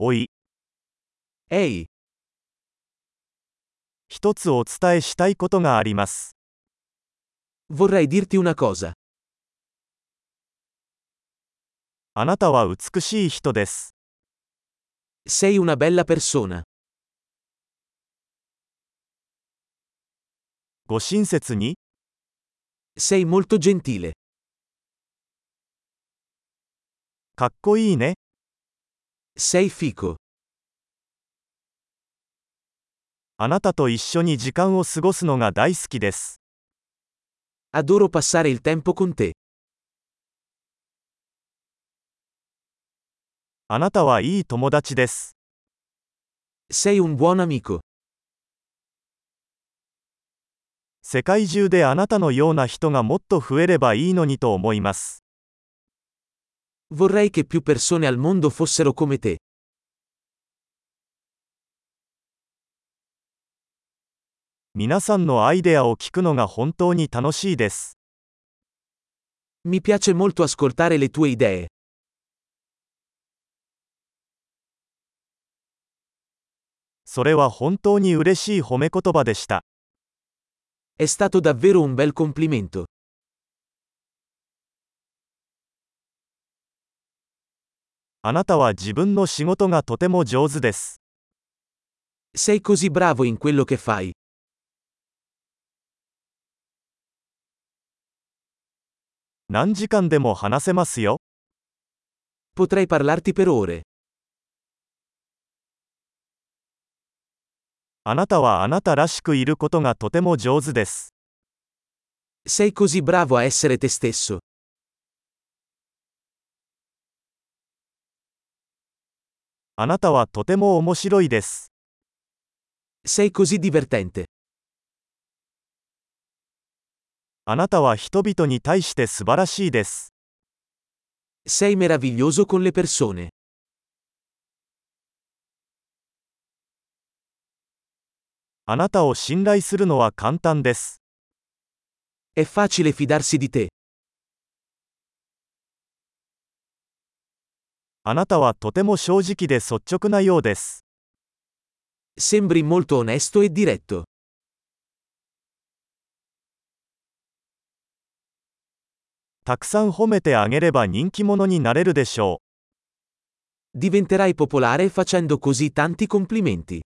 おい、 Ehi, 一つお伝えしたいことがあります。 vorrei dirti una cosa. あなたは美しい人です。 Sei una bella persona. ご親切に、 Sei molto gentile. かっこいいね。 Sei fico. あなたと一緒に時間を過ごすのが大好きです。 Adoro passare il tempo con te. あなたはいい友達です。 Sei un buon amico. 世界中であなたのような人がもっと増えればいいのにと思います。 Vorrei che più persone al mondo fossero come te. 皆さんのアイデアを聞くのが本当に楽しいです。 Mi piace molto ascoltare le tue idee. それは本当に嬉しい褒め言葉でした。 È stato davvero un bel complimento. あなたは自分の仕事がとても上手です。 Sei così bravo in quello che fai. 何時間でも話せますよ。 Potrei parlarti per ore. あなたはあなたらしくいることがとても上手です。 Sei così bravo a essere te stesso. あなたはとても面白いです。 Sei così divertente. あなたは人々に対して素晴らしいです。 Sei meraviglioso con le persone. あなたを信頼するのは簡単です。 È facile fidarsi di te. あなたはとても正直で率直なようです。 Sembri molto onesto e diretto. たくさん褒めてあげれば人気者になれるでしょう。 Diventerai popolare facendo così tanti complimenti.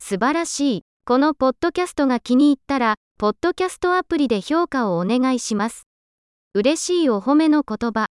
素晴らしい。このポッドキャストが気に入ったら、ポッドキャストアプリで評価をお願いします。嬉しいお褒めの言葉。